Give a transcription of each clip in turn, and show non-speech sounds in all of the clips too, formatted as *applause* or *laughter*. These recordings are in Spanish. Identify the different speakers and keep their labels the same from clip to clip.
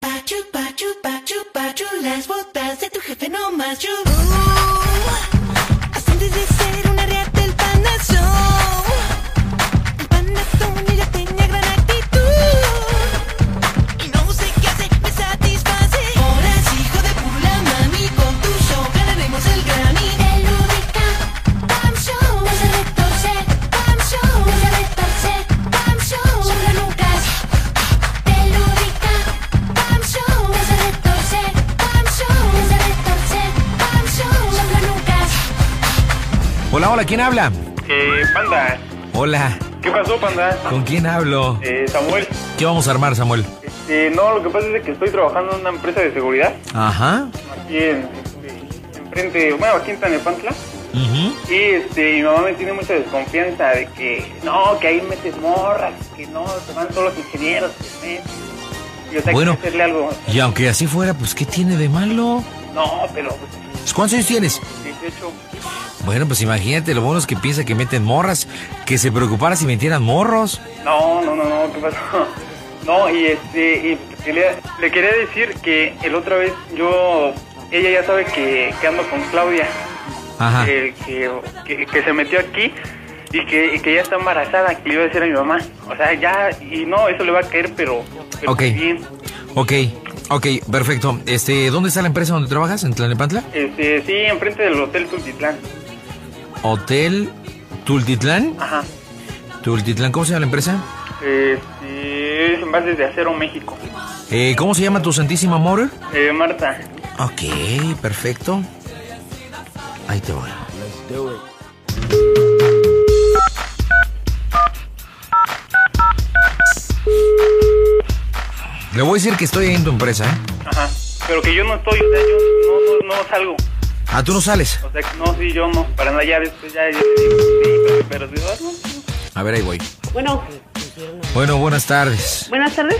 Speaker 1: chupa, chupa, chupa, chupa las botas de tu jefe no más yo. Hasta antes de ser una reata el panda show. El panda Toño ya tenía gran actitud. Y no sé qué hacer, me satisface. Horas, hijo de pula, mami, con tu show ganaremos el Grammy.
Speaker 2: El Ubica, Pam Show, es el retorcer, Pam Show, es el retorcer, Pam Show, sobre Lucas. El Ubica, Pam Show, es el retorcer, Pam Show, es el retorcer, Pam Show, sobre Lucas.
Speaker 3: Hola, hola, ¿quién habla?
Speaker 4: Eh, panda,
Speaker 3: Hola,
Speaker 4: ¿qué pasó, panda?
Speaker 3: ¿con quién hablo?
Speaker 4: Eh, Samuel,
Speaker 3: ¿Qué vamos a armar, Samuel?
Speaker 4: este, no, lo que pasa es de que estoy trabajando en una empresa de seguridad
Speaker 3: Ajá.
Speaker 4: aquí en, este, enfrente, bueno, aquí en Tanepantla.
Speaker 3: ujú.
Speaker 4: Y este, mi mamá me tiene mucha desconfianza de que no, que ahí metes morras, que no, se van todos los ingenieros. Que meten. y o sea,
Speaker 3: Bueno.
Speaker 4: hay que hacerle algo.
Speaker 3: Y aunque así fuera, pues ¿qué tiene de malo?
Speaker 4: No, pero pues,
Speaker 3: ¿Cuántos años tienes?
Speaker 4: 18.
Speaker 3: Bueno, pues imagínate, lo bueno es que piensa que meten morras, que se preocupara si metieran morros.
Speaker 4: No, no, no, no, ¿qué pasó? *laughs* No, y este, y quería- le quería decir que el otra vez yo, ella ya sabe que, que ando con Claudia.
Speaker 3: Ajá.
Speaker 4: que, que- que- que se metió aquí y que, y que ya está embarazada, que le iba a decir a mi mamá. O sea, ya, y no, eso le va a caer, pero, pero
Speaker 3: Ok.
Speaker 4: bien.
Speaker 3: Ok, ok, perfecto. Este, ¿dónde está la empresa donde trabajas? ¿En Tlalnepantla?
Speaker 4: Este, sí, enfrente del Hotel Tultitlán.
Speaker 3: Hotel Tultitlán.
Speaker 4: Ajá.
Speaker 3: Tultitlán, ¿cómo se llama la empresa?
Speaker 4: Este, es envases de acero México.
Speaker 3: Eh, ¿Cómo se llama tu santísima motor?
Speaker 4: Eh, Marta,
Speaker 3: Ok, perfecto. Ahí te voy. Le voy a decir que estoy ahí en tu empresa, ¿eh?
Speaker 4: ajá. Pero que yo no estoy, o sea, yo no, no, no salgo.
Speaker 3: Ah, tú no sales.
Speaker 4: O sea, que no, sí, yo no. Para nada, ya después ya, ya le digo, sí, pero, pero digo, ah, no.
Speaker 3: A ver, ahí voy.
Speaker 5: Bueno,
Speaker 3: Bueno, buenas tardes.
Speaker 5: buenas tardes.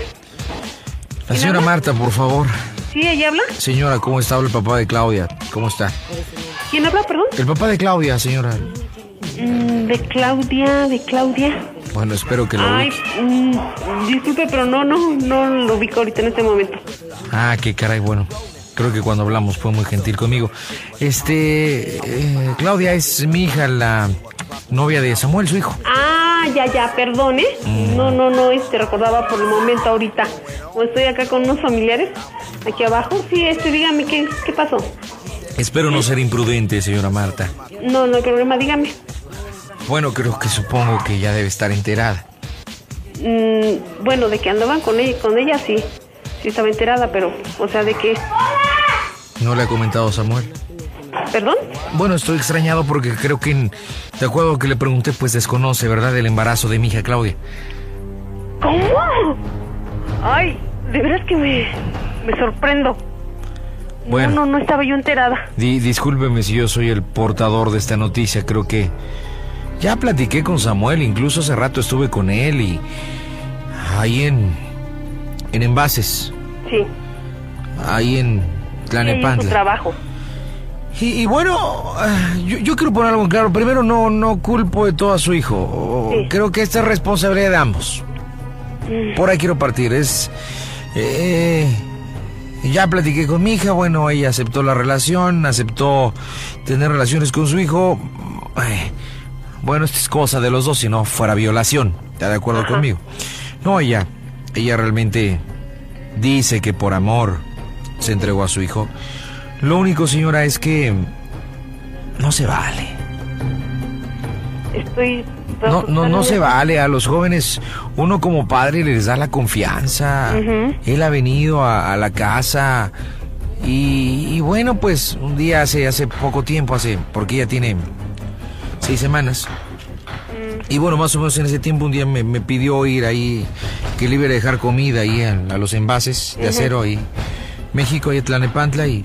Speaker 3: La señora Marta, por favor.
Speaker 5: ¿Sí, ella habla?
Speaker 3: Señora, ¿cómo está el papá de Claudia? ¿Cómo está?
Speaker 5: ¿Quién habla, perdón?
Speaker 3: El papá de Claudia, señora.
Speaker 5: Mm, de Claudia, de Claudia.
Speaker 3: Bueno, espero que lo
Speaker 5: Ay,
Speaker 3: ubique.
Speaker 5: mm, disculpe, pero no, no, no lo ubico ahorita en este momento.
Speaker 3: Ah, qué caray, bueno. Creo que cuando hablamos fue muy gentil conmigo. Este, eh, Claudia es mi hija, la novia de Samuel, su hijo.
Speaker 5: Ah, ya, ya, perdón, ¿eh? No, no, no, este, recordaba por el momento ahorita. Como estoy acá con unos familiares, aquí abajo. Sí, este, dígame, ¿qué, qué pasó?
Speaker 3: Espero no ser imprudente, señora Marta.
Speaker 5: No, no hay problema, dígame.
Speaker 3: Bueno, creo que supongo que ya debe estar enterada.
Speaker 5: Mm, bueno, de que andaban con ella, con ella sí. Sí estaba enterada, pero, o sea, de que...
Speaker 3: ¿No le ha comentado Samuel?
Speaker 5: ¿Perdón?
Speaker 3: Bueno, estoy extrañado porque creo que, en- de acuerdo a lo que le pregunté, pues desconoce, ¿verdad?, el embarazo de mi hija Claudia.
Speaker 5: ¿Cómo? Ay, de veras que me, me sorprendo.
Speaker 3: Bueno.
Speaker 5: No, no, no estaba yo enterada.
Speaker 3: Di- discúlpeme si yo soy el portador de esta noticia, creo que ya platiqué con Samuel, incluso hace rato estuve con él y ahí en en envases,
Speaker 5: Sí.
Speaker 3: ahí en
Speaker 5: sí, es su
Speaker 3: Tlanepantla.
Speaker 5: trabajo.
Speaker 3: Y, y bueno, ah, yo, yo quiero poner algo en claro. Primero, no no culpo de todo a su hijo. O-
Speaker 5: Sí.
Speaker 3: Creo que esta es responsabilidad de ambos. Por ahí quiero partir. Es eh, ya platiqué con mi hija. Bueno, ella aceptó la relación, aceptó tener relaciones con su hijo. Ay, Bueno, esto es cosa de los dos, si no fuera violación. ¿Está de acuerdo conmigo? No, ella, ella realmente dice que por amor se entregó a su hijo. Lo único, señora, es que no se vale.
Speaker 5: Estoy...
Speaker 3: No, no, no se vale. A los jóvenes, uno como padre les da la confianza. Él ha venido a, a la casa. Y, y bueno, pues un día hace, hace poco tiempo, hace, porque ella tiene seis semanas. Y bueno, más o menos en ese tiempo un día me, me pidió ir ahí, que le iba a dejar comida ahí a, a los envases de acero y México y Tlanepantla y,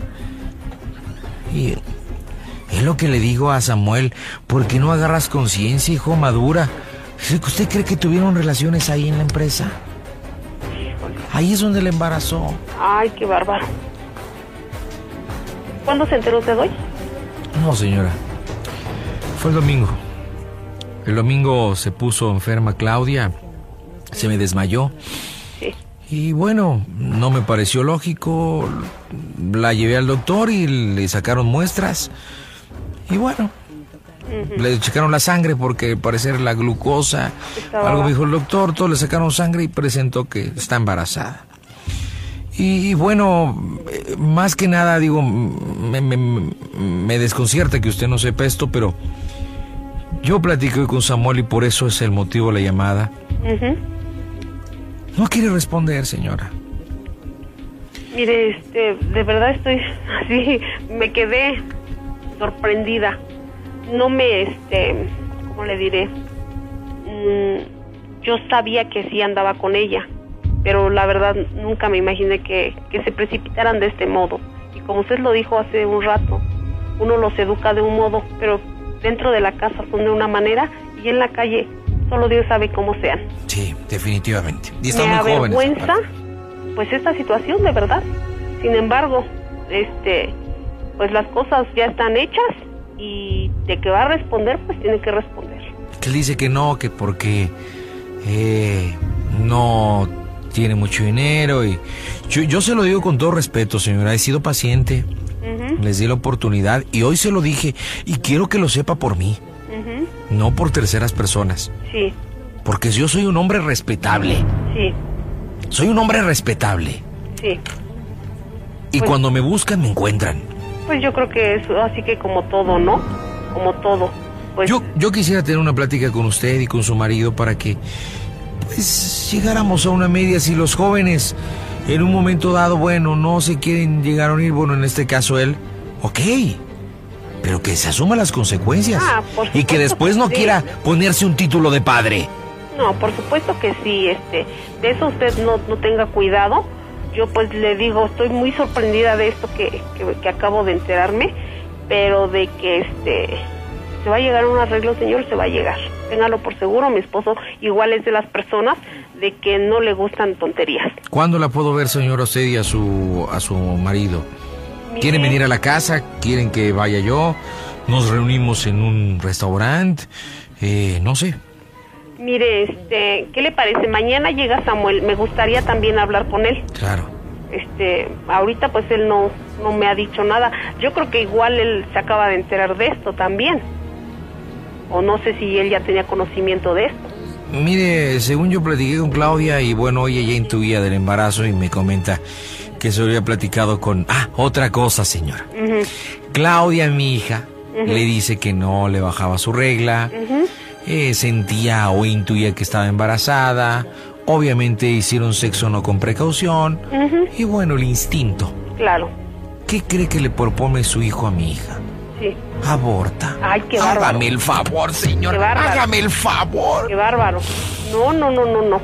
Speaker 3: y es lo que le digo a Samuel, ¿por qué no agarras conciencia, hijo madura? ¿Usted cree que tuvieron relaciones ahí en la empresa? Ahí es donde la embarazó.
Speaker 5: Ay, qué bárbaro. ¿Cuándo se enteró usted hoy?
Speaker 3: No, señora. Fue el domingo. El domingo se puso enferma Claudia, se me desmayó
Speaker 5: Sí.
Speaker 3: Y bueno, no me pareció lógico. La llevé al doctor y le sacaron muestras. Y bueno, le checaron la sangre porque al parecer la glucosa,
Speaker 5: Estaba
Speaker 3: algo me
Speaker 5: baja.
Speaker 3: dijo el doctor, todos le sacaron sangre y presentó que está embarazada. Y, y bueno, eh, más que nada digo, me, me- me desconcierta que usted no sepa esto, pero yo platico con Samuel y por eso es el motivo de la llamada.
Speaker 5: Ujú.
Speaker 3: No quiere responder, señora.
Speaker 5: Mire, este, de verdad estoy *laughs* así, me quedé sorprendida. No me, este, ¿cómo le diré? Mm, yo sabía que sí andaba con ella, pero la verdad nunca me imaginé que, que se precipitaran de este modo. Y como usted lo dijo hace un rato, uno los educa de un modo, pero dentro de la casa son de una manera y en la calle solo Dios sabe cómo sean.
Speaker 3: Sí, definitivamente. Y
Speaker 5: me
Speaker 3: están muy jóvenes.
Speaker 5: avergüenza
Speaker 3: aparte.
Speaker 5: pues esta situación de verdad sin embargo este pues las cosas ya están hechas y de que va a responder pues tiene que responder
Speaker 3: Que le dice que no, que porque eh, no tiene mucho dinero y yo, yo se lo digo con todo respeto, señora, he sido paciente,
Speaker 5: Ujú,
Speaker 3: les di la oportunidad y hoy se lo dije y quiero que lo sepa por mí,
Speaker 5: ujú.
Speaker 3: no por terceras personas,
Speaker 5: sí
Speaker 3: porque yo soy un hombre respetable,
Speaker 5: sí
Speaker 3: soy un hombre respetable
Speaker 5: sí
Speaker 3: y
Speaker 5: Pues-
Speaker 3: cuando me buscan me encuentran.
Speaker 5: pues yo creo que es así que como todo no como todo pues
Speaker 3: Yo, yo quisiera tener una plática con usted y con su marido para que pues llegáramos a una media si los jóvenes en un momento dado, bueno, no se quieren llegar a unir, bueno, en este caso él, ok, pero que se asuma las consecuencias
Speaker 5: Ah, por
Speaker 3: y que
Speaker 5: supuesto
Speaker 3: después
Speaker 5: que
Speaker 3: no
Speaker 5: sí.
Speaker 3: quiera ponerse un título de padre.
Speaker 5: No, por supuesto que sí, este, de eso usted no, no tenga cuidado. Yo pues le digo, estoy muy sorprendida de esto que, que- que acabo de enterarme, pero de que este se va a llegar a un arreglo, señor, se va a llegar. Téngalo por seguro, mi esposo igual es de las personas de que no le gustan tonterías.
Speaker 3: ¿Cuándo la puedo ver, señora, a usted y a su, a su marido? ¿Quieren
Speaker 5: Mire,
Speaker 3: venir a la casa? ¿Quieren que vaya yo? ¿Nos reunimos en un restaurante? Eh, no sé.
Speaker 5: Mire, este, ¿qué le parece? Mañana llega Samuel, me gustaría también hablar con él.
Speaker 3: Claro.
Speaker 5: este ahorita pues él no no me ha dicho nada yo creo que igual él se acaba de enterar de esto también o no sé si él ya tenía conocimiento de esto
Speaker 3: Mire, según yo platiqué con Claudia y bueno, hoy ella intuía del embarazo y me comenta que se había platicado con... Ah, otra cosa, señora.
Speaker 5: Ujú,
Speaker 3: Claudia, mi hija, le dice que no le bajaba su regla,
Speaker 5: ujú.
Speaker 3: eh, sentía o intuía que estaba embarazada, obviamente hicieron sexo no con precaución
Speaker 5: Ujú.
Speaker 3: y bueno, el instinto.
Speaker 5: claro
Speaker 3: ¿Qué cree que le propone su hijo a mi hija?
Speaker 5: sí
Speaker 3: Aborta.
Speaker 5: Ay, qué bárbaro.
Speaker 3: Hágame el favor,
Speaker 5: Qué
Speaker 3: señor.
Speaker 5: bárbaro.
Speaker 3: Hágame el favor.
Speaker 5: qué bárbaro no no no no no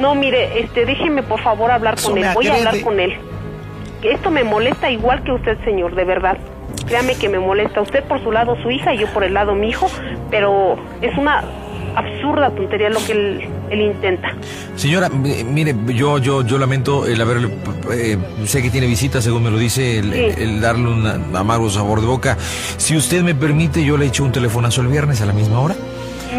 Speaker 5: no mire este déjeme por favor hablar
Speaker 3: Eso
Speaker 5: con
Speaker 3: me
Speaker 5: él voy a
Speaker 3: agrede.
Speaker 5: hablar con él Que esto me molesta igual que usted señor de verdad créame que me molesta usted por su lado su hija y yo por el lado mi hijo pero es una absurda tontería lo que él- él intenta
Speaker 3: Señora, m- mire, yo, yo, yo lamento el haberle, p- eh, sé que tiene visita, según me lo dice, el,
Speaker 5: Sí.
Speaker 3: el darle un amargo sabor de boca. Si usted me permite, yo le echo un telefonazo el viernes a la misma hora.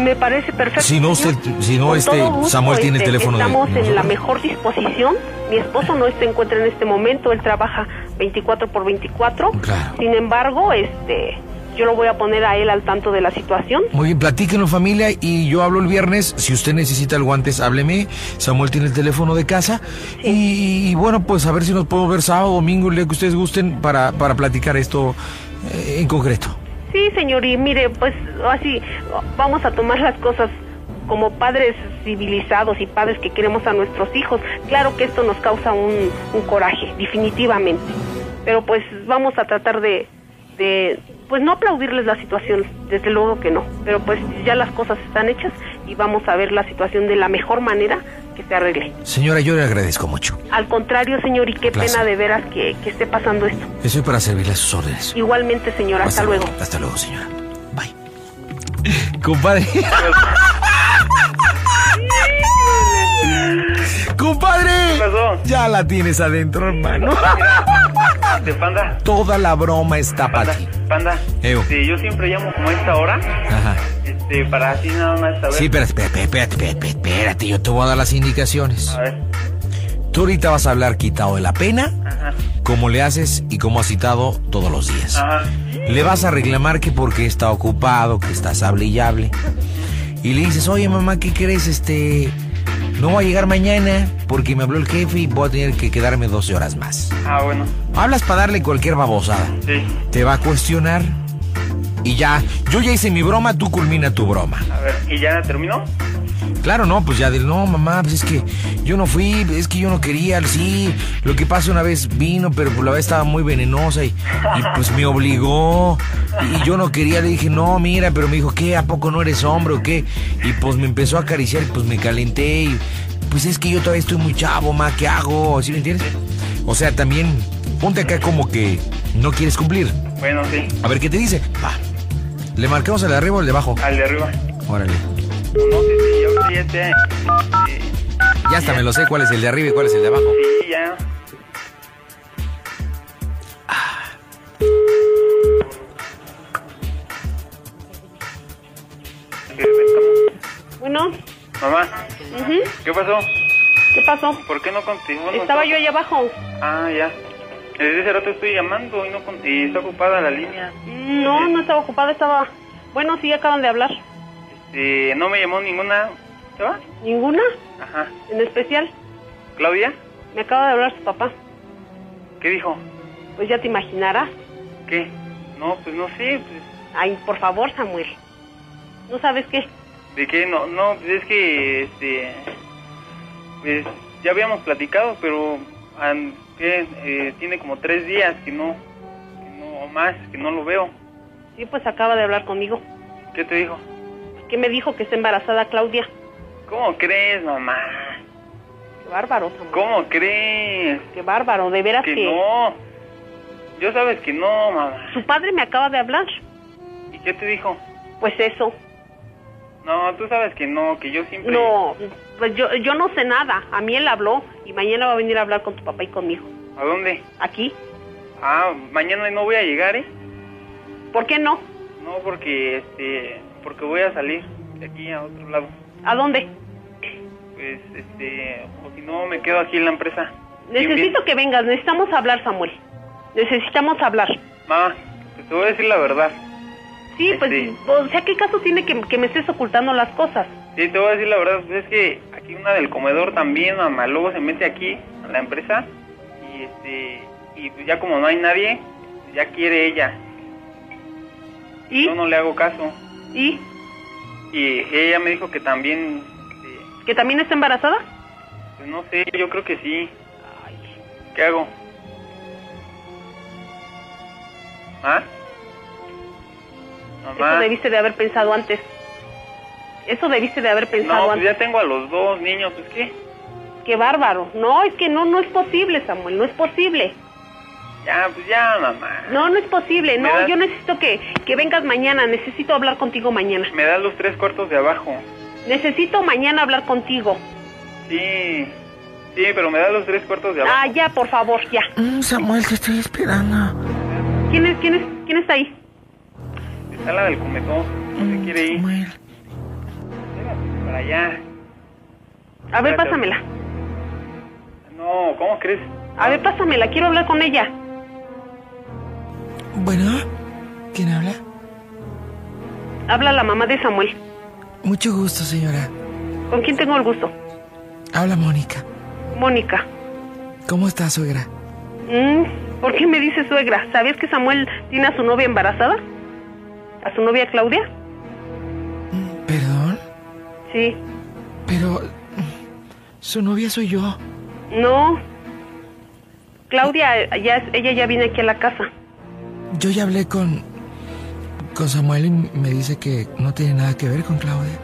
Speaker 5: Me parece perfecto.
Speaker 3: Si no,
Speaker 5: señor.
Speaker 3: usted- si no,
Speaker 5: Con
Speaker 3: este,
Speaker 5: todo gusto,
Speaker 3: Samuel tiene el
Speaker 5: este,
Speaker 3: teléfono de
Speaker 5: Estamos en la
Speaker 3: nosotros.
Speaker 5: mejor disposición. Mi esposo no se encuentra en este momento. Él trabaja 24 por 24.
Speaker 3: Claro.
Speaker 5: Sin embargo, este, yo lo voy a poner a él al tanto de la situación.
Speaker 3: Muy bien, platíquenlo familia y yo hablo el viernes. Si usted necesita algo antes, hábleme. Samuel tiene el teléfono de casa. Y, y bueno, pues a ver si nos podemos ver sábado, domingo, el día que ustedes gusten para, para platicar esto eh, en concreto.
Speaker 5: Sí, señor, y mire, pues así vamos a tomar las cosas como padres civilizados y padres que queremos a nuestros hijos. Claro que esto nos causa un, un coraje, definitivamente. Pero pues vamos a tratar de, de, pues no aplaudirles la situación, desde luego que no. Pero pues ya las cosas están hechas y vamos a ver la situación de la mejor manera que se arregle.
Speaker 3: Señora, yo le agradezco mucho.
Speaker 5: Al contrario, señor, y qué
Speaker 3: Plaza.
Speaker 5: pena de veras que, que esté pasando esto.
Speaker 3: Estoy para servirle a sus órdenes.
Speaker 5: Igualmente, señor, hasta luego.
Speaker 3: Hasta luego, señora. Bye. *laughs* Compadre. Compadre,
Speaker 4: ¿Qué pasó?
Speaker 3: ya la tienes adentro, hermano.
Speaker 4: De Este, panda.
Speaker 3: Toda la broma está para
Speaker 4: Panda,
Speaker 3: ti.
Speaker 4: panda.
Speaker 3: Evo.
Speaker 4: Este, yo siempre llamo como a esta hora.
Speaker 3: Ajá.
Speaker 4: Este, para así nada más saber.
Speaker 3: Sí, espérate, espérate, espérate, espérate, espérate, yo te voy a dar las indicaciones.
Speaker 4: A ver.
Speaker 3: Tú ahorita vas a hablar quitado de la pena,
Speaker 4: Ajá.
Speaker 3: como le haces y como has citado todos los días.
Speaker 4: Ajá.
Speaker 3: Le vas a reclamar que porque está ocupado, que estás hable y hable. Y le dices, oye mamá, ¿qué crees? Este, no voy a llegar mañana porque me habló el jefe y voy a tener que quedarme 12 horas más.
Speaker 4: Ah, bueno.
Speaker 3: Hablas para darle cualquier babosada.
Speaker 4: Sí.
Speaker 3: Te va a cuestionar y ya, yo ya hice mi broma, tú culmina tu broma.
Speaker 4: A ver. ¿Y ya terminó?
Speaker 3: Claro, no, pues ya del no, mamá, pues es que yo no fui, es que yo no quería, sí, lo que pasa una vez vino, pero pues la vez estaba muy venenosa y, y, pues me obligó y yo no quería, le dije, no, mira, pero me dijo, ¿qué? ¿A poco no eres hombre o qué? Y pues me empezó a acariciar y pues me calenté y pues es que yo todavía estoy muy chavo, ma, ¿qué hago? ¿Sí me entiendes? O sea, también ponte acá como que no quieres cumplir.
Speaker 4: Bueno, sí.
Speaker 3: A ver qué te dice. Va. ¿Le marcamos al de arriba o al de abajo?
Speaker 4: Al de arriba.
Speaker 3: Órale.
Speaker 4: No sé si yo sí, este, este,
Speaker 3: Ya hasta me lo sé cuál es el de arriba y cuál es el de abajo.
Speaker 4: Sí, ya.
Speaker 5: Bueno,
Speaker 4: Mamá,
Speaker 5: ujú,
Speaker 4: ¿qué pasó?
Speaker 5: ¿qué pasó?
Speaker 4: ¿Por qué no contestó? No,
Speaker 5: Estaba yo ahí abajo.
Speaker 4: Ah, ya. Desde ese rato estoy llamando y, no con- y está ocupada la línea.
Speaker 5: No, no estaba ocupada, estaba... Bueno, sí, acaban de hablar.
Speaker 4: Este, no me llamó ninguna. ¿Se va?
Speaker 5: ¿Ninguna?
Speaker 4: Ajá.
Speaker 5: En especial,
Speaker 4: ¿Claudia?
Speaker 5: me acaba de hablar su papá.
Speaker 4: ¿Qué dijo?
Speaker 5: Pues ya te imaginarás.
Speaker 4: ¿Qué? No, pues no sé. pues,
Speaker 5: Ay, por favor, Samuel. ¿No sabes qué?
Speaker 4: ¿De qué? No, no, pues es que, este... Pues ya habíamos platicado, pero... an- ¿qué? Eh, tiene como tres días que no... Que no o más, que no lo veo.
Speaker 5: Sí, pues acaba de hablar conmigo.
Speaker 4: ¿Qué te dijo?
Speaker 5: Que me dijo que está embarazada Claudia.
Speaker 4: ¿Cómo crees, mamá?
Speaker 5: Qué bárbaro, Samuel.
Speaker 4: ¿Cómo crees?
Speaker 5: Qué bárbaro, de veras
Speaker 4: Que
Speaker 5: que...
Speaker 4: no. Yo sabes que no, mamá.
Speaker 5: Su padre me acaba de hablar.
Speaker 4: ¿Y qué te dijo?
Speaker 5: Pues eso.
Speaker 4: No, tú sabes que no, que yo siempre...
Speaker 5: No, pues yo, yo no sé nada. A mí él habló y mañana va a venir a hablar con tu papá y conmigo.
Speaker 4: ¿A dónde?
Speaker 5: Aquí.
Speaker 4: Ah, mañana no voy a llegar, ¿eh?
Speaker 5: ¿Por qué no?
Speaker 4: No, porque, este... Porque voy a salir de aquí a otro lado.
Speaker 5: ¿A dónde?
Speaker 4: Pues, este... O si no, me quedo aquí en la empresa. Bien,
Speaker 5: Necesito
Speaker 4: bien.
Speaker 5: que vengas. Necesitamos hablar, Samuel. Necesitamos hablar.
Speaker 4: Mamá, pues te voy a decir la verdad.
Speaker 5: Sí, pues,
Speaker 4: Sí.
Speaker 5: o sea, ¿qué caso tiene que, que me estés ocultando las cosas?
Speaker 4: Sí, te voy a decir la verdad. Pues es que aquí una del comedor también, mamá. Luego se mete aquí a la empresa y este y pues ya como no hay nadie, pues ya quiere ella.
Speaker 5: ¿Y?
Speaker 4: Yo no le hago caso.
Speaker 5: ¿Y?
Speaker 4: Y ella me dijo que también, este,
Speaker 5: ¿Que también está embarazada?
Speaker 4: pues no sé, yo creo que sí. ¿Qué hago? ¿Ah?
Speaker 5: Eso
Speaker 4: Mamá.
Speaker 5: debiste de haber pensado antes. Eso debiste de haber pensado
Speaker 4: No, pues
Speaker 5: antes.
Speaker 4: ya tengo a los dos niños, pues qué.
Speaker 5: Qué bárbaro. No, es que no, no es posible, Samuel. No es posible.
Speaker 4: Ya, pues ya, mamá.
Speaker 5: No, no es posible.
Speaker 4: ¿Me
Speaker 5: No,
Speaker 4: das?
Speaker 5: yo necesito que, que vengas mañana. Necesito hablar contigo mañana.
Speaker 4: Me das los tres cuartos de abajo.
Speaker 5: Necesito mañana hablar contigo.
Speaker 4: Sí, sí, pero me da los tres cuartos de abajo.
Speaker 5: Ah, ya, por favor, ya.
Speaker 3: Mm, Samuel, te estoy esperando.
Speaker 5: ¿Quién es, quién es, quién está ahí?
Speaker 4: Está la del comedor. No se quiere ir. Llévate Para allá.
Speaker 5: A ver,
Speaker 4: Espérate.
Speaker 5: pásamela.
Speaker 4: No, ¿cómo crees?
Speaker 5: A ver, pásamela. Quiero hablar con ella.
Speaker 6: Bueno, ¿quién habla?
Speaker 5: Habla la mamá de Samuel.
Speaker 6: Mucho gusto, señora.
Speaker 5: ¿Con quién tengo el gusto?
Speaker 6: Habla Mónica.
Speaker 5: Mónica.
Speaker 6: ¿Cómo está, suegra?
Speaker 5: Mm, ¿Por qué me dice suegra? ¿Sabías que Samuel tiene a su novia embarazada? ¿A su novia Claudia?
Speaker 6: Mm, Perdón,
Speaker 5: Sí.
Speaker 6: pero mm, su novia soy yo.
Speaker 5: No. Claudia, eh, ya es- ella ya viene aquí a la casa.
Speaker 6: Yo ya hablé con con Samuel y me dice que no tiene nada que ver con Claudia.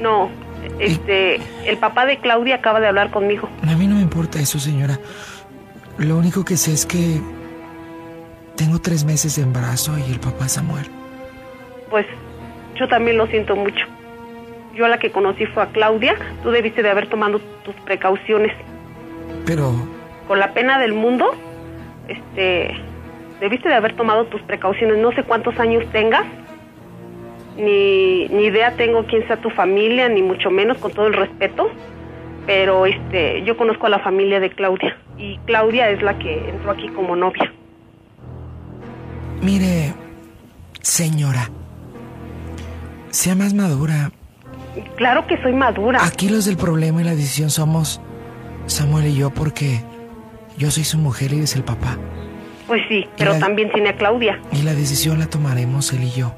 Speaker 5: No. Este, el papá de Claudia acaba de hablar conmigo.
Speaker 6: A mí no me importa eso, señora. Lo único que sé es que tengo tres meses de embarazo y el papá es Samuel.
Speaker 5: Pues yo también lo siento mucho. Yo la que conocí fue a Claudia. Tú debiste de haber tomado tus precauciones.
Speaker 6: Pero,
Speaker 5: Con la pena del mundo, este, debiste de haber tomado tus precauciones. No sé cuántos años tengas. Ni, ni idea tengo quién sea tu familia, ni mucho menos, con todo el respeto. Pero este, yo conozco a la familia de Claudia. Y Claudia es la que entró aquí como novia.
Speaker 6: mire, señora, sea más madura.
Speaker 5: Y claro que soy madura.
Speaker 6: Aquí los del problema y la decisión somos Samuel y yo porque yo soy su mujer y es el papá.
Speaker 5: Pues sí, pero
Speaker 6: la-
Speaker 5: también tiene a Claudia.
Speaker 6: Y la decisión la tomaremos él y yo.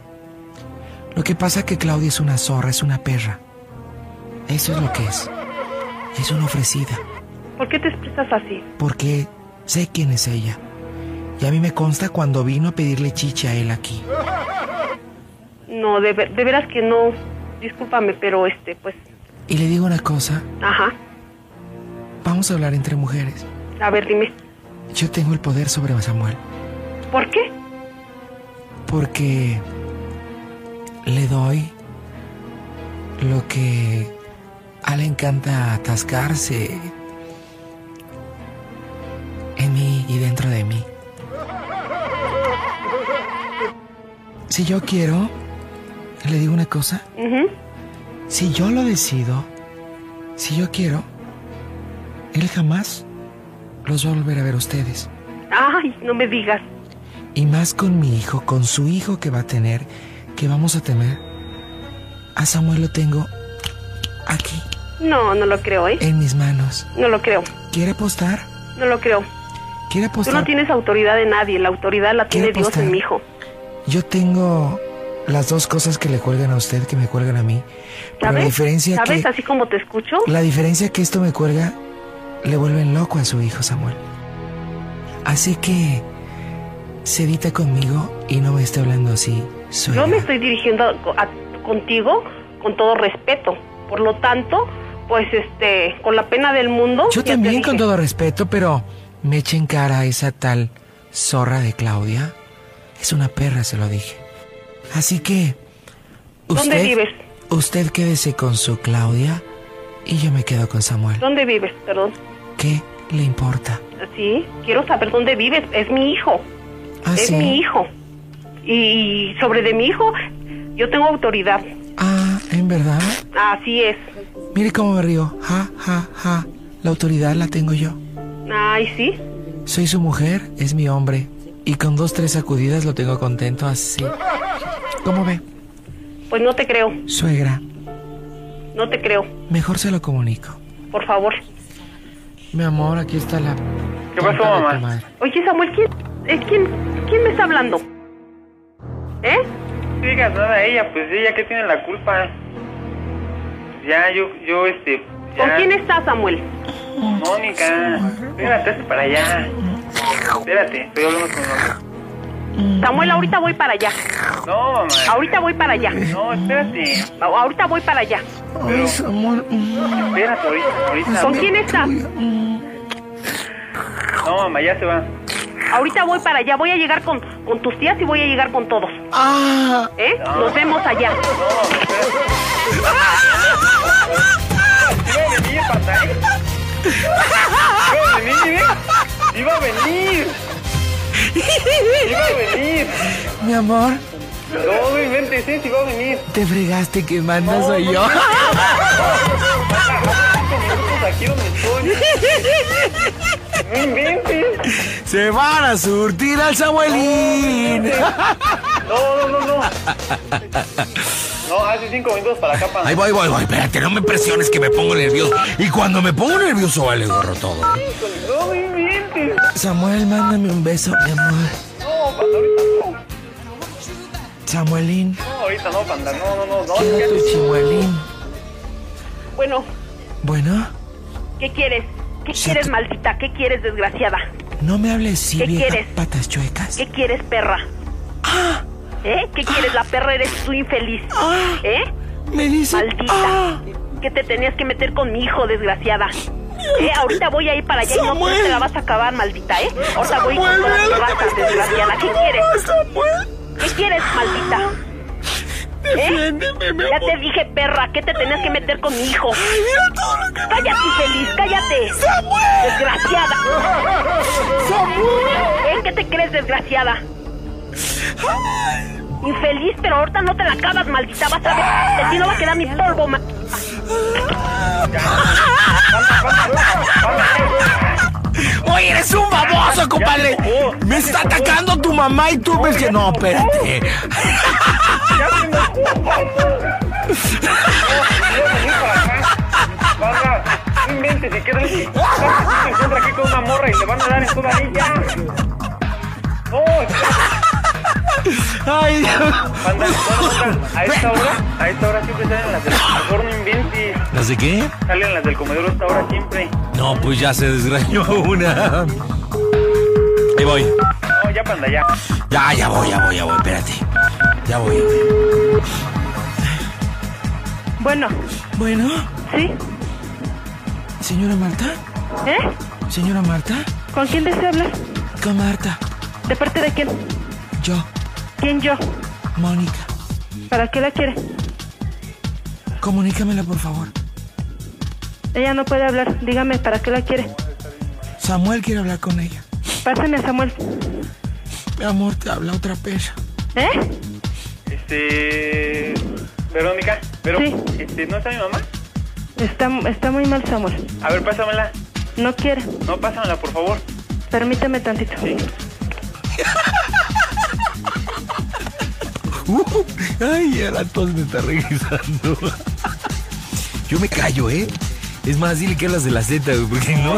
Speaker 6: Lo que pasa es que Claudia es una zorra, es una perra. Eso es lo que es. Es una ofrecida.
Speaker 5: ¿Por qué te expresas así?
Speaker 6: Porque sé quién es ella. Y a mí me consta cuando vino a pedirle chicha a él aquí.
Speaker 5: No, de, ver- de veras que no. Discúlpame, pero este, pues,
Speaker 6: Y le digo una cosa,
Speaker 5: ajá.
Speaker 6: vamos a hablar entre mujeres.
Speaker 5: A ver, dime,
Speaker 6: Yo tengo el poder sobre Samuel.
Speaker 5: ¿por qué?
Speaker 6: Porque le doy lo que a él le encanta atascarse en mí y dentro de mí. Si yo quiero, le digo una cosa.
Speaker 5: Ujú.
Speaker 6: Si yo lo decido, si yo quiero, él jamás los va a volver a ver a ustedes.
Speaker 5: Ay, no me digas.
Speaker 6: Y más con mi hijo, con su hijo que va a tener, que vamos a tener. A Samuel lo tengo aquí,
Speaker 5: No, no lo creo, ¿eh?
Speaker 6: en mis manos.
Speaker 5: No lo creo,
Speaker 6: ¿Quiere apostar?
Speaker 5: no lo creo.
Speaker 6: ¿Quiere
Speaker 5: Tú no
Speaker 6: apostar?
Speaker 5: tienes autoridad de nadie, la autoridad la tiene
Speaker 6: Quiero
Speaker 5: Dios en
Speaker 6: apostar.
Speaker 5: mi hijo.
Speaker 6: Yo tengo las dos cosas que le cuelgan a usted, que me cuelgan a mí. Pero la
Speaker 5: ¿Sabes?
Speaker 6: diferencia
Speaker 5: ¿Sabes?
Speaker 6: que
Speaker 5: Así como te escucho.
Speaker 6: la diferencia que esto me cuelga le vuelven loco a su hijo Samuel. Así que se edita conmigo y no me esté hablando así.
Speaker 5: Yo
Speaker 6: suegra.
Speaker 5: me estoy dirigiendo a- contigo con todo respeto. Por lo tanto, pues, este, con la pena del mundo.
Speaker 6: Yo
Speaker 5: ya te
Speaker 6: también,
Speaker 5: dije.
Speaker 6: con todo respeto, pero me echa en cara a esa tal zorra de Claudia. Es una perra, se lo dije. Así que. Usted,
Speaker 5: ¿Dónde vives?
Speaker 6: Usted quédese con su Claudia y yo me quedo con Samuel.
Speaker 5: ¿Dónde vives? Perdón.
Speaker 6: ¿Qué le importa?
Speaker 5: Sí, quiero saber dónde vives. Es mi hijo.
Speaker 6: Ah,
Speaker 5: es
Speaker 6: sí.
Speaker 5: mi hijo. Y sobre de mi hijo, yo tengo autoridad.
Speaker 6: Ah, ¿en verdad?
Speaker 5: Así es.
Speaker 6: Mire cómo me río. Ja, ja, ja. La autoridad la tengo yo.
Speaker 5: Ay, sí.
Speaker 6: Soy su mujer, es mi hombre. Y con dos, tres sacudidas lo tengo contento así. ¿Cómo ve?
Speaker 5: Pues no te creo,
Speaker 6: Suegra,
Speaker 5: no te creo.
Speaker 6: mejor se lo comunico.
Speaker 5: Por favor.
Speaker 6: Mi amor, aquí está la.
Speaker 4: ¿Qué pasó,
Speaker 6: tonta de tu
Speaker 4: mamá?
Speaker 6: madre.
Speaker 5: Oye, Samuel, ¿quién, eh, quién, quién me está hablando? ¿Eh?
Speaker 4: No digas nada a ella, pues ella que tiene la culpa. Ya, yo, yo, este.
Speaker 5: ¿Con
Speaker 4: ya.
Speaker 5: quién está Samuel?
Speaker 4: Mónica. Espérate, hazte para allá. Espérate, estoy hablando con mamá.
Speaker 5: Samuel, ahorita voy para allá.
Speaker 4: No, mamá.
Speaker 5: Ahorita voy para allá.
Speaker 4: No, espérate.
Speaker 5: A- Ahorita voy para allá.
Speaker 4: Pero-
Speaker 6: Ay, Samuel. mm,
Speaker 4: Espérate, ahorita, ahorita.
Speaker 5: ¿Con quién está?
Speaker 4: No, mamá, ya se va.
Speaker 5: Ahorita voy para allá. Voy a llegar con, con tus tías y voy a llegar con todos.
Speaker 6: Ah,
Speaker 5: ¿Eh? Nos vemos allá.
Speaker 4: No, mamá, espérate. Iba a venir, pata, ¿eh? Iba a venir, ¿eh? Iba a venir. Iba a venir.
Speaker 6: mi amor,
Speaker 4: No, no inventes, ¿eh? Si iba a venir.
Speaker 6: te fregaste que manda soy yo.
Speaker 4: Pues aquí donde estoy. No inventes.
Speaker 6: *laughs* Se van a surtir al Samuelín.
Speaker 4: No, no, no, no. No, hace cinco minutos para acá, para.
Speaker 3: Ahí voy, voy, voy. Espérate, no me presiones que me pongo nervioso. Y cuando me pongo nervioso vale gorro todo.
Speaker 4: No, no inventes.
Speaker 6: Samuel, mándame un beso, mi amor.
Speaker 4: No, panda, ahorita no.
Speaker 6: Samuelín,
Speaker 4: No, ahorita no, panda. No, no, no, no.
Speaker 6: quiero tu chimuelín.
Speaker 5: Bueno,
Speaker 6: Bueno,
Speaker 5: ¿qué quieres? ¿Qué
Speaker 6: Sí,
Speaker 5: quieres,
Speaker 6: tú-
Speaker 5: maldita? ¿Qué quieres, desgraciada?
Speaker 6: no me hables así,
Speaker 5: ¿Qué
Speaker 6: vieja
Speaker 5: quieres?
Speaker 6: patas chuecas.
Speaker 5: ¿Qué quieres, perra?
Speaker 6: Ah.
Speaker 5: ¿Eh? ¿Qué quieres? La perra eres tú infeliz. ¿Eh?
Speaker 6: Me dice.
Speaker 5: Maldita.
Speaker 6: Ah,
Speaker 5: Que te tenías que meter con mi hijo, desgraciada. Eh, ahorita voy a ir para allá y no
Speaker 6: Samuel.
Speaker 5: pues, te la vas a acabar, maldita, ¿eh? Ahorita voy con toda
Speaker 6: Samuel,
Speaker 5: tu
Speaker 6: mira lo que
Speaker 5: raza,
Speaker 6: me está
Speaker 5: desgraciada. ¿Qué
Speaker 6: diciendo,
Speaker 5: quieres?
Speaker 6: Samuel.
Speaker 5: ¿Qué quieres, maldita?
Speaker 6: Te
Speaker 7: Defiéndeme, mi
Speaker 5: Ya
Speaker 7: amor.
Speaker 5: te dije, perra, ¿qué te tenías que meter con mi hijo?
Speaker 7: Ay, mira todo lo que me-
Speaker 5: Cállate, infeliz, cállate.
Speaker 7: ¡Samuel!
Speaker 5: Desgraciada.
Speaker 7: ¡Samuel!
Speaker 5: ¿Eh? ¿Qué te crees, desgraciada? Infeliz, pero ahorita no te la acabas, maldita. Vas a ver, de ti no va a quedar ni polvo, ma-
Speaker 6: Oye, eres un baboso, compadre. Me está atacando tu mamá y tú ves que no, espérate.
Speaker 4: Ya me enojó. Barra, no inventes, si quieres, si se encuentra aquí con una morra y le van a dar en toda ahí ya. No,
Speaker 6: Ay, Dios.
Speaker 4: banda, no, no, a esta hora, a esta hora siempre salen las del comedor, no inventes,
Speaker 3: ¿No sé qué?
Speaker 4: salen las del comedor a esta hora siempre.
Speaker 3: No, pues ya se desgrañó una. Ahí voy.
Speaker 4: No, ya panda, ya.
Speaker 3: Ya, ya voy, ya voy, ya voy, espérate. Ya voy.
Speaker 5: Bueno,
Speaker 6: Bueno,
Speaker 5: ¿sí?
Speaker 6: señora Marta,
Speaker 5: ¿Eh?
Speaker 6: señora Marta,
Speaker 5: ¿Con quién desea hablar?
Speaker 6: con Marta,
Speaker 5: ¿De parte de quién?
Speaker 6: yo,
Speaker 5: ¿Quién yo?
Speaker 6: Mónica,
Speaker 5: ¿Para qué la quiere?
Speaker 6: comunícamela por favor.
Speaker 5: Ella no puede hablar. Dígame, ¿para qué la quiere?
Speaker 6: Samuel quiere hablar con ella.
Speaker 5: Pásame a Samuel.
Speaker 6: Mi amor, te habla otra perra.
Speaker 5: ¿Eh?
Speaker 4: Este. Verónica, pero,
Speaker 5: Sí.
Speaker 4: este, ¿no está mi mamá?
Speaker 5: Está, está muy mal Samuel.
Speaker 4: A ver, pásamela.
Speaker 5: No quiere.
Speaker 4: No, pásamela, por favor.
Speaker 5: Permítame tantito.
Speaker 3: Uh, Ay, el tos me está regresando. Yo me callo, ¿eh? Es más, dile que hablas de la Z, güey, porque no.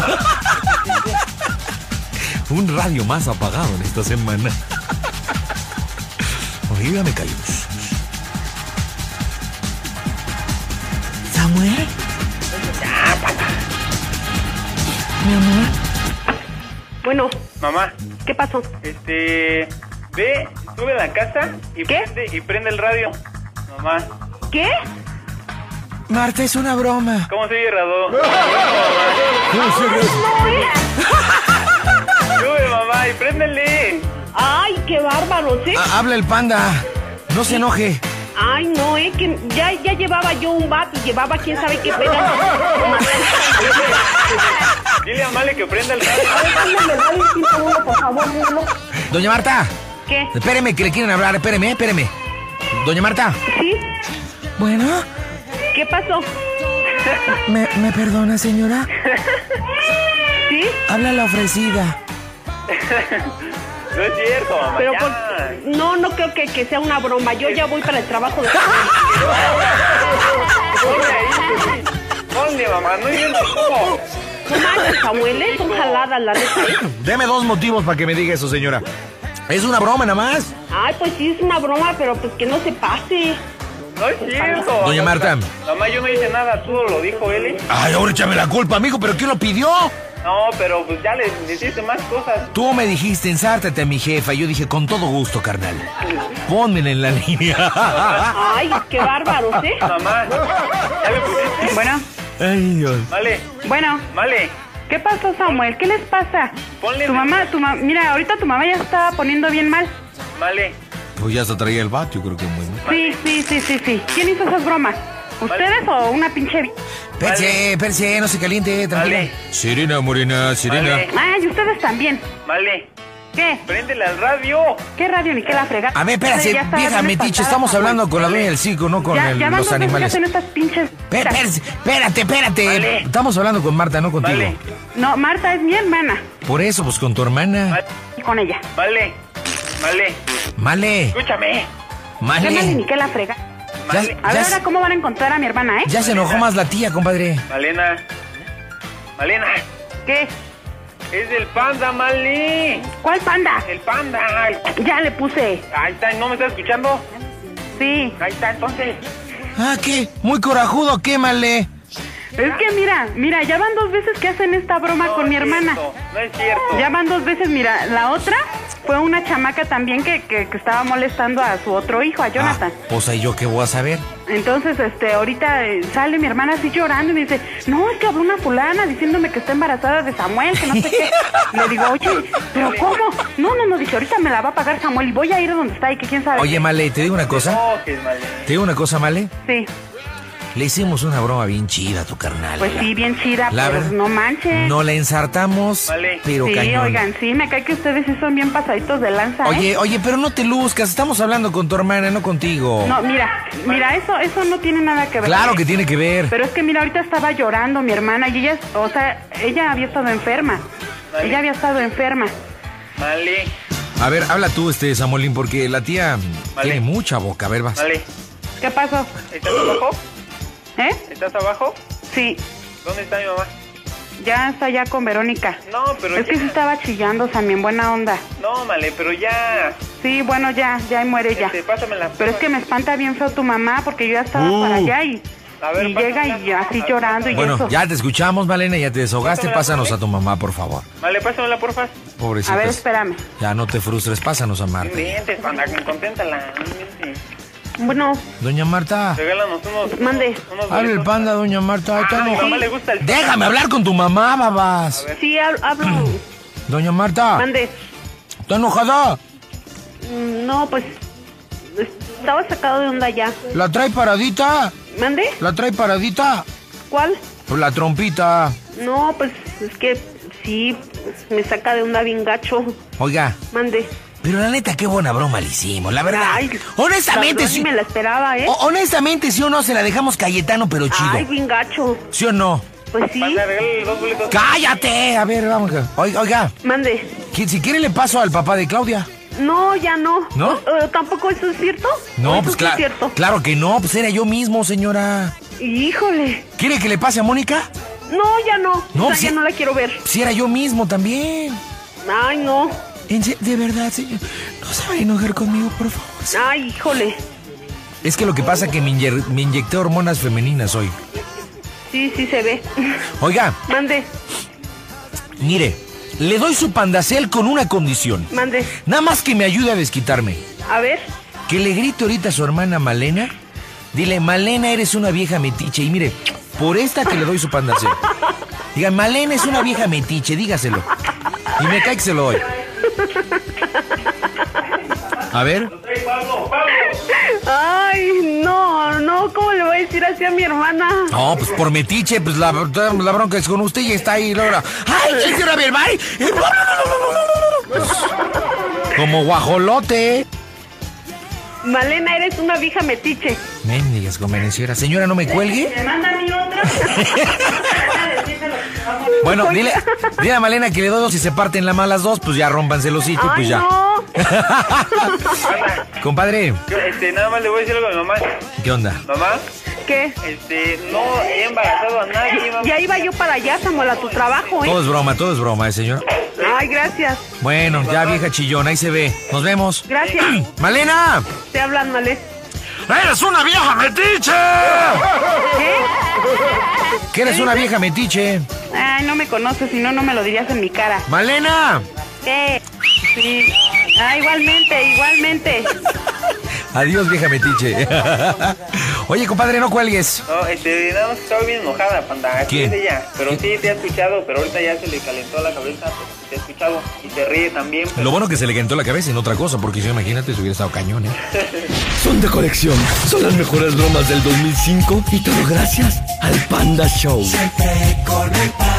Speaker 3: Un radio más apagado en esta semana. Oiga, me callo.
Speaker 6: ¿Samuel? Mi amor,
Speaker 5: Bueno,
Speaker 4: Mamá,
Speaker 5: ¿qué pasó?
Speaker 4: este. Ve, sube a la casa y,
Speaker 5: ¿Qué?
Speaker 4: Prende, y prende el radio. Mamá,
Speaker 5: ¿Qué?
Speaker 6: Marta es una broma.
Speaker 4: ¿cómo se oye Radó? Sube, mamá, y préndele.
Speaker 5: Ay, qué bárbaro, ¿sí?
Speaker 6: Ah, habla el panda. No se enoje.
Speaker 5: Ay, no, eh, que ya, ya llevaba yo un bat y llevaba quién sabe qué pedazo.
Speaker 4: Dile a Male que prenda el radio.
Speaker 3: Doña Marta,
Speaker 5: ¿Qué?
Speaker 3: espéreme, que le quieren hablar. Espéreme, espéreme. Doña Marta.
Speaker 5: ¿Sí?
Speaker 6: Bueno,
Speaker 5: ¿Qué pasó?
Speaker 6: ¿me, me perdona, señora?
Speaker 5: ¿Sí?
Speaker 6: Habla la ofrecida.
Speaker 4: No es cierto, mamá.
Speaker 5: Pero
Speaker 4: ya.
Speaker 5: por... No, no creo que, que sea una broma. Yo ya voy para el trabajo de...
Speaker 4: Ponle ahí. Ponle, mamá, no inventes cómo.
Speaker 5: No manches, Samuel, eh, son jaladas la neta. eh.
Speaker 3: Deme dos motivos para que me diga eso, señora. Es una broma nada más.
Speaker 5: Ay, pues sí, es una broma, pero pues que no se pase.
Speaker 4: No es cierto.
Speaker 3: Doña Marta.
Speaker 4: Mamá, yo no hice nada, todo lo dijo él. ¿eh?
Speaker 3: Ay, ahora échame la culpa, amigo, pero ¿quién lo pidió?
Speaker 4: No, pero pues ya le hiciste más cosas.
Speaker 3: Tú me dijiste, ensártate a mi jefa. Yo dije, con todo gusto, carnal. Pónmela en la línea. *laughs*
Speaker 5: Ay, qué bárbaros, ¿eh?
Speaker 4: Mamá, ya le pusiste.
Speaker 8: Bueno,
Speaker 3: Ay, Dios.
Speaker 4: Male,
Speaker 8: bueno,
Speaker 4: male.
Speaker 8: ¿qué pasó Samuel? ¿Qué les pasa?
Speaker 4: Ponle-
Speaker 8: Tu mamá, tu mamá, mira, ahorita tu mamá ya está poniendo bien mal.
Speaker 4: Male,
Speaker 3: Pues ya se traía el vato, yo creo que muy bien.
Speaker 8: Sí, sí, sí, sí, sí. ¿Quién hizo esas bromas? ¿Ustedes o una pinche... vi-
Speaker 6: Perse, perse, no se
Speaker 3: eh,
Speaker 6: caliente, tranquila.
Speaker 4: Vale.
Speaker 3: Sirena, morena, sirena.
Speaker 4: male,
Speaker 8: Ay, ustedes también.
Speaker 4: male.
Speaker 8: ¿Qué?
Speaker 4: Préndele al radio.
Speaker 8: ¿Qué radio ni qué la fregada?
Speaker 3: A ver, espérate,
Speaker 8: Ya está
Speaker 3: vieja
Speaker 8: bien
Speaker 3: metiche,
Speaker 8: espantada,
Speaker 3: estamos
Speaker 8: Samuel.
Speaker 3: hablando con la dueña del circo, no con
Speaker 8: ya,
Speaker 3: el-
Speaker 8: ya van
Speaker 3: los
Speaker 8: dos veces que
Speaker 3: animales.
Speaker 8: hacen estas pinches...
Speaker 3: Pe- perse, espérate, espérate.
Speaker 4: Vale.
Speaker 3: Estamos hablando con Marta, no contigo.
Speaker 4: Vale.
Speaker 8: No, Marta es mi hermana.
Speaker 3: Por eso, pues con tu hermana.
Speaker 4: Vale.
Speaker 8: Y Con ella.
Speaker 4: Male, male.
Speaker 3: Male,
Speaker 4: Escúchame.
Speaker 8: ¿Qué radio ni
Speaker 3: male.
Speaker 8: qué la frega?
Speaker 3: Ya,
Speaker 4: Male.
Speaker 8: A
Speaker 3: ya
Speaker 8: ver
Speaker 3: se-
Speaker 8: ahora cómo van a encontrar a mi hermana, ¿eh?
Speaker 3: ya se enojó más la tía, compadre.
Speaker 4: Malena. Malena.
Speaker 8: ¿Qué?
Speaker 4: Es del panda, Male.
Speaker 8: ¿Cuál panda?
Speaker 4: El panda.
Speaker 8: Ya le puse.
Speaker 4: Ahí está, ¿no me estás escuchando?
Speaker 8: Sí.
Speaker 4: Ahí está, entonces.
Speaker 3: Ah, ¿qué? Muy corajudo, ¿qué, Male?
Speaker 8: Es que mira, mira, ya van dos veces que hacen esta broma
Speaker 4: No
Speaker 8: con mi
Speaker 4: es
Speaker 8: hermana.
Speaker 4: cierto, No es cierto.
Speaker 8: Ya van dos veces, mira, la otra fue una chamaca también que, que- que estaba molestando a su otro hijo, a Jonathan.
Speaker 3: Ah, pues ahí yo qué voy a saber.
Speaker 8: Entonces, este, ahorita eh, sale mi hermana así llorando y me dice, no, es que habló una fulana diciéndome que está embarazada de Samuel, que no
Speaker 3: *laughs*
Speaker 8: sé qué. Le digo, oye, ¿pero cómo? No, no, no, dice, ahorita me la va a pagar Samuel y voy a ir a donde está y que quién sabe.
Speaker 3: Oye, Male, te digo una cosa.
Speaker 4: No, que es mal.
Speaker 3: Te digo una cosa, Male.
Speaker 8: Sí,
Speaker 3: Le hicimos una broma bien chida a tu carnal.
Speaker 8: pues sí, bien chida,
Speaker 3: La
Speaker 8: pero
Speaker 3: verdad-
Speaker 8: no manches.
Speaker 3: No la ensartamos,
Speaker 4: Vale.
Speaker 3: pero
Speaker 8: sí,
Speaker 3: cañón.
Speaker 8: oigan, ¿eh? sí, me cae que ustedes sí son bien pasaditos de lanza, ¿eh?
Speaker 3: Oye, oye, pero no te luzcas. Estamos hablando con tu hermana, no contigo.
Speaker 8: No, eh. mira, mira, eso, eso no tiene nada que ver.
Speaker 3: claro que tiene que ver.
Speaker 8: Pero es que mira, ahorita estaba llorando mi hermana y ella, o sea, ella había estado enferma.
Speaker 4: Vale.
Speaker 8: Ella había estado enferma.
Speaker 4: Vale,
Speaker 3: A ver, habla tú, este Samolín, porque la tía
Speaker 4: Vale.
Speaker 3: tiene mucha boca. A ver, vas.
Speaker 4: vale.
Speaker 8: ¿Qué pasó?
Speaker 4: ¿Estás abajo?
Speaker 8: ¿Eh?
Speaker 4: ¿Estás abajo?
Speaker 8: Sí,
Speaker 4: ¿Dónde está mi mamá?
Speaker 8: ya está ya con Verónica.
Speaker 4: No, pero
Speaker 8: Es que sí
Speaker 4: ya-
Speaker 8: estaba chillando también, buena onda.
Speaker 4: No, Male, pero ya.
Speaker 8: Sí, bueno, ya, ya y muere ya.
Speaker 4: Este, pásamela.
Speaker 8: Pero es que me espanta bien feo tu mamá porque yo ya estaba
Speaker 3: Uh.
Speaker 8: para allá y,
Speaker 4: A ver,
Speaker 8: y llega y
Speaker 4: pásamela.
Speaker 8: así
Speaker 4: A ver,
Speaker 8: llorando y
Speaker 3: Bueno,
Speaker 8: eso.
Speaker 3: ya te escuchamos, Malena, ya te desahogaste.
Speaker 4: Pásamela,
Speaker 3: Pásanos
Speaker 4: Male.
Speaker 3: a tu mamá, por favor.
Speaker 4: Male, pásamela, porfa.
Speaker 3: Pobrecita.
Speaker 8: A ver, espérame.
Speaker 3: Ya no te frustres, pásanos a Marta.
Speaker 4: Vente, panda, conténtala. no inventes.
Speaker 8: Bueno,
Speaker 3: Doña Marta.
Speaker 4: Regálanos unos.
Speaker 8: Mande.
Speaker 4: unos- unos
Speaker 3: Habla el
Speaker 4: boletos.
Speaker 3: panda, doña Marta. Ahí
Speaker 4: Ah,
Speaker 3: está
Speaker 4: a mi
Speaker 3: enojada.
Speaker 4: mamá le gusta el.
Speaker 3: Déjame hablar con tu mamá, babas.
Speaker 8: sí, hab- hablo.
Speaker 3: Doña Marta.
Speaker 5: Mande.
Speaker 3: ¿Está enojada?
Speaker 5: Mm, No, pues estaba sacado de onda ya.
Speaker 3: ¿La trae paradita?
Speaker 5: ¿Mande?
Speaker 3: ¿La trae paradita?
Speaker 5: ¿Cuál?
Speaker 3: Pues la trompita.
Speaker 5: No, pues es que sí, me saca de onda bien gacho.
Speaker 3: Oiga,
Speaker 5: Mande.
Speaker 3: pero la neta, qué buena broma le hicimos, la verdad.
Speaker 5: Ay,
Speaker 3: honestamente,
Speaker 5: Perdón,
Speaker 3: sí.
Speaker 5: ni me la esperaba, ¿eh?
Speaker 3: o- honestamente, sí o no, se la dejamos Cayetano, pero chido.
Speaker 5: Ay, bien gacho.
Speaker 3: ¿Sí o no?
Speaker 5: Pues sí.
Speaker 4: Panda, regálale dos boletos.
Speaker 3: ¡Cállate! A ver, vamos. a- Oiga, oiga,
Speaker 5: Mande.
Speaker 3: que- si quiere le paso al papá de Claudia.
Speaker 5: No, ya no.
Speaker 3: ¿No?
Speaker 5: Eh, ¿Tampoco eso es cierto?
Speaker 3: No, pues
Speaker 5: Eso sí es
Speaker 3: claro.
Speaker 5: cierto.
Speaker 3: Claro que no, pues era yo mismo, señora.
Speaker 5: Híjole.
Speaker 3: ¿Quiere que le pase a Mónica?
Speaker 5: No, ya no.
Speaker 3: No, pues
Speaker 5: O sea,
Speaker 3: sí.
Speaker 5: ya no la quiero ver.
Speaker 3: Si era yo mismo también.
Speaker 5: Ay, no.
Speaker 3: En se- de verdad, señor. No se va a enojar conmigo, por favor.
Speaker 5: Ay, híjole.
Speaker 3: Es que lo que pasa es que me, inyer- me inyecté hormonas femeninas hoy.
Speaker 5: Sí, sí se
Speaker 8: *laughs*
Speaker 5: ve.
Speaker 3: Oiga,
Speaker 5: Mande,
Speaker 3: mire, le doy su pandacel con una condición.
Speaker 5: mande.
Speaker 3: Nada más que me ayude a desquitarme.
Speaker 5: A ver.
Speaker 3: Que le grite ahorita a su hermana Malena. Dile, Malena, eres una vieja metiche. Y mire, por esta que le doy su pandacel. Diga, Malena es una vieja metiche, dígaselo. Y me cae que se lo doy. A ver.
Speaker 5: Ay, no, no, ¿cómo le voy a decir así a mi hermana?
Speaker 3: No, pues por metiche, pues la, la bronca es con usted y está ahí, Laura. ¡Ay, qué quiero ver, Mari! Pues, como guajolote.
Speaker 5: Malena, eres una vieja metiche.
Speaker 3: Méndigas convenenciera. Señora, no me cuelgue.
Speaker 8: ¿Me manda a mí otra? *laughs*
Speaker 3: Bueno, dile, dile a Malena que le doy dos y se parten la malas dos, pues ya rompanse los hijos,
Speaker 5: Ay,
Speaker 3: pues ya.
Speaker 5: no.
Speaker 3: *laughs* Compadre,
Speaker 4: Este, nada más le voy a decir algo a mi mamá.
Speaker 3: ¿qué onda?
Speaker 4: Mamá,
Speaker 5: ¿Qué?
Speaker 4: este, no he embarazado a nadie, mamá.
Speaker 5: Ya iba yo para allá, Samuel, a tu trabajo,
Speaker 3: Todo
Speaker 5: ¿eh?
Speaker 3: es broma, todo es broma, ¿eh, señor.
Speaker 5: Ay, gracias.
Speaker 3: Bueno, ya vieja chillona, ahí se ve. Nos vemos.
Speaker 5: Gracias.
Speaker 3: *clears throat* ¡Malena!
Speaker 5: Te hablan,
Speaker 8: ¿eh?
Speaker 5: Malé.
Speaker 3: ¡Eres una vieja metiche! ¿Qué eres una vieja metiche?
Speaker 8: Ay, no me conoces, si no, no me lo dirías en mi cara.
Speaker 3: ¡Malena!
Speaker 8: ¿Qué? Sí. Ah, igualmente, igualmente.
Speaker 3: Adiós, vieja *laughs* metiche. Oye, compadre, no cuelgues.
Speaker 4: No, este, nada más estaba bien enojada, panda. Así
Speaker 3: ¿Quién?
Speaker 4: es ella. Pero sí te ha escuchado, pero ahorita ya se le calentó la cabeza. pues, Te ha escuchado y te ríe también. pero-
Speaker 3: Lo bueno que se le cantó la cabeza y no otra cosa, porque si no, imagínate, se hubiera estado cañón, ¿eh?
Speaker 9: Son de colección, son las mejores bromas del 2005 y todo gracias al Panda Show.
Speaker 7: Siempre con el pan.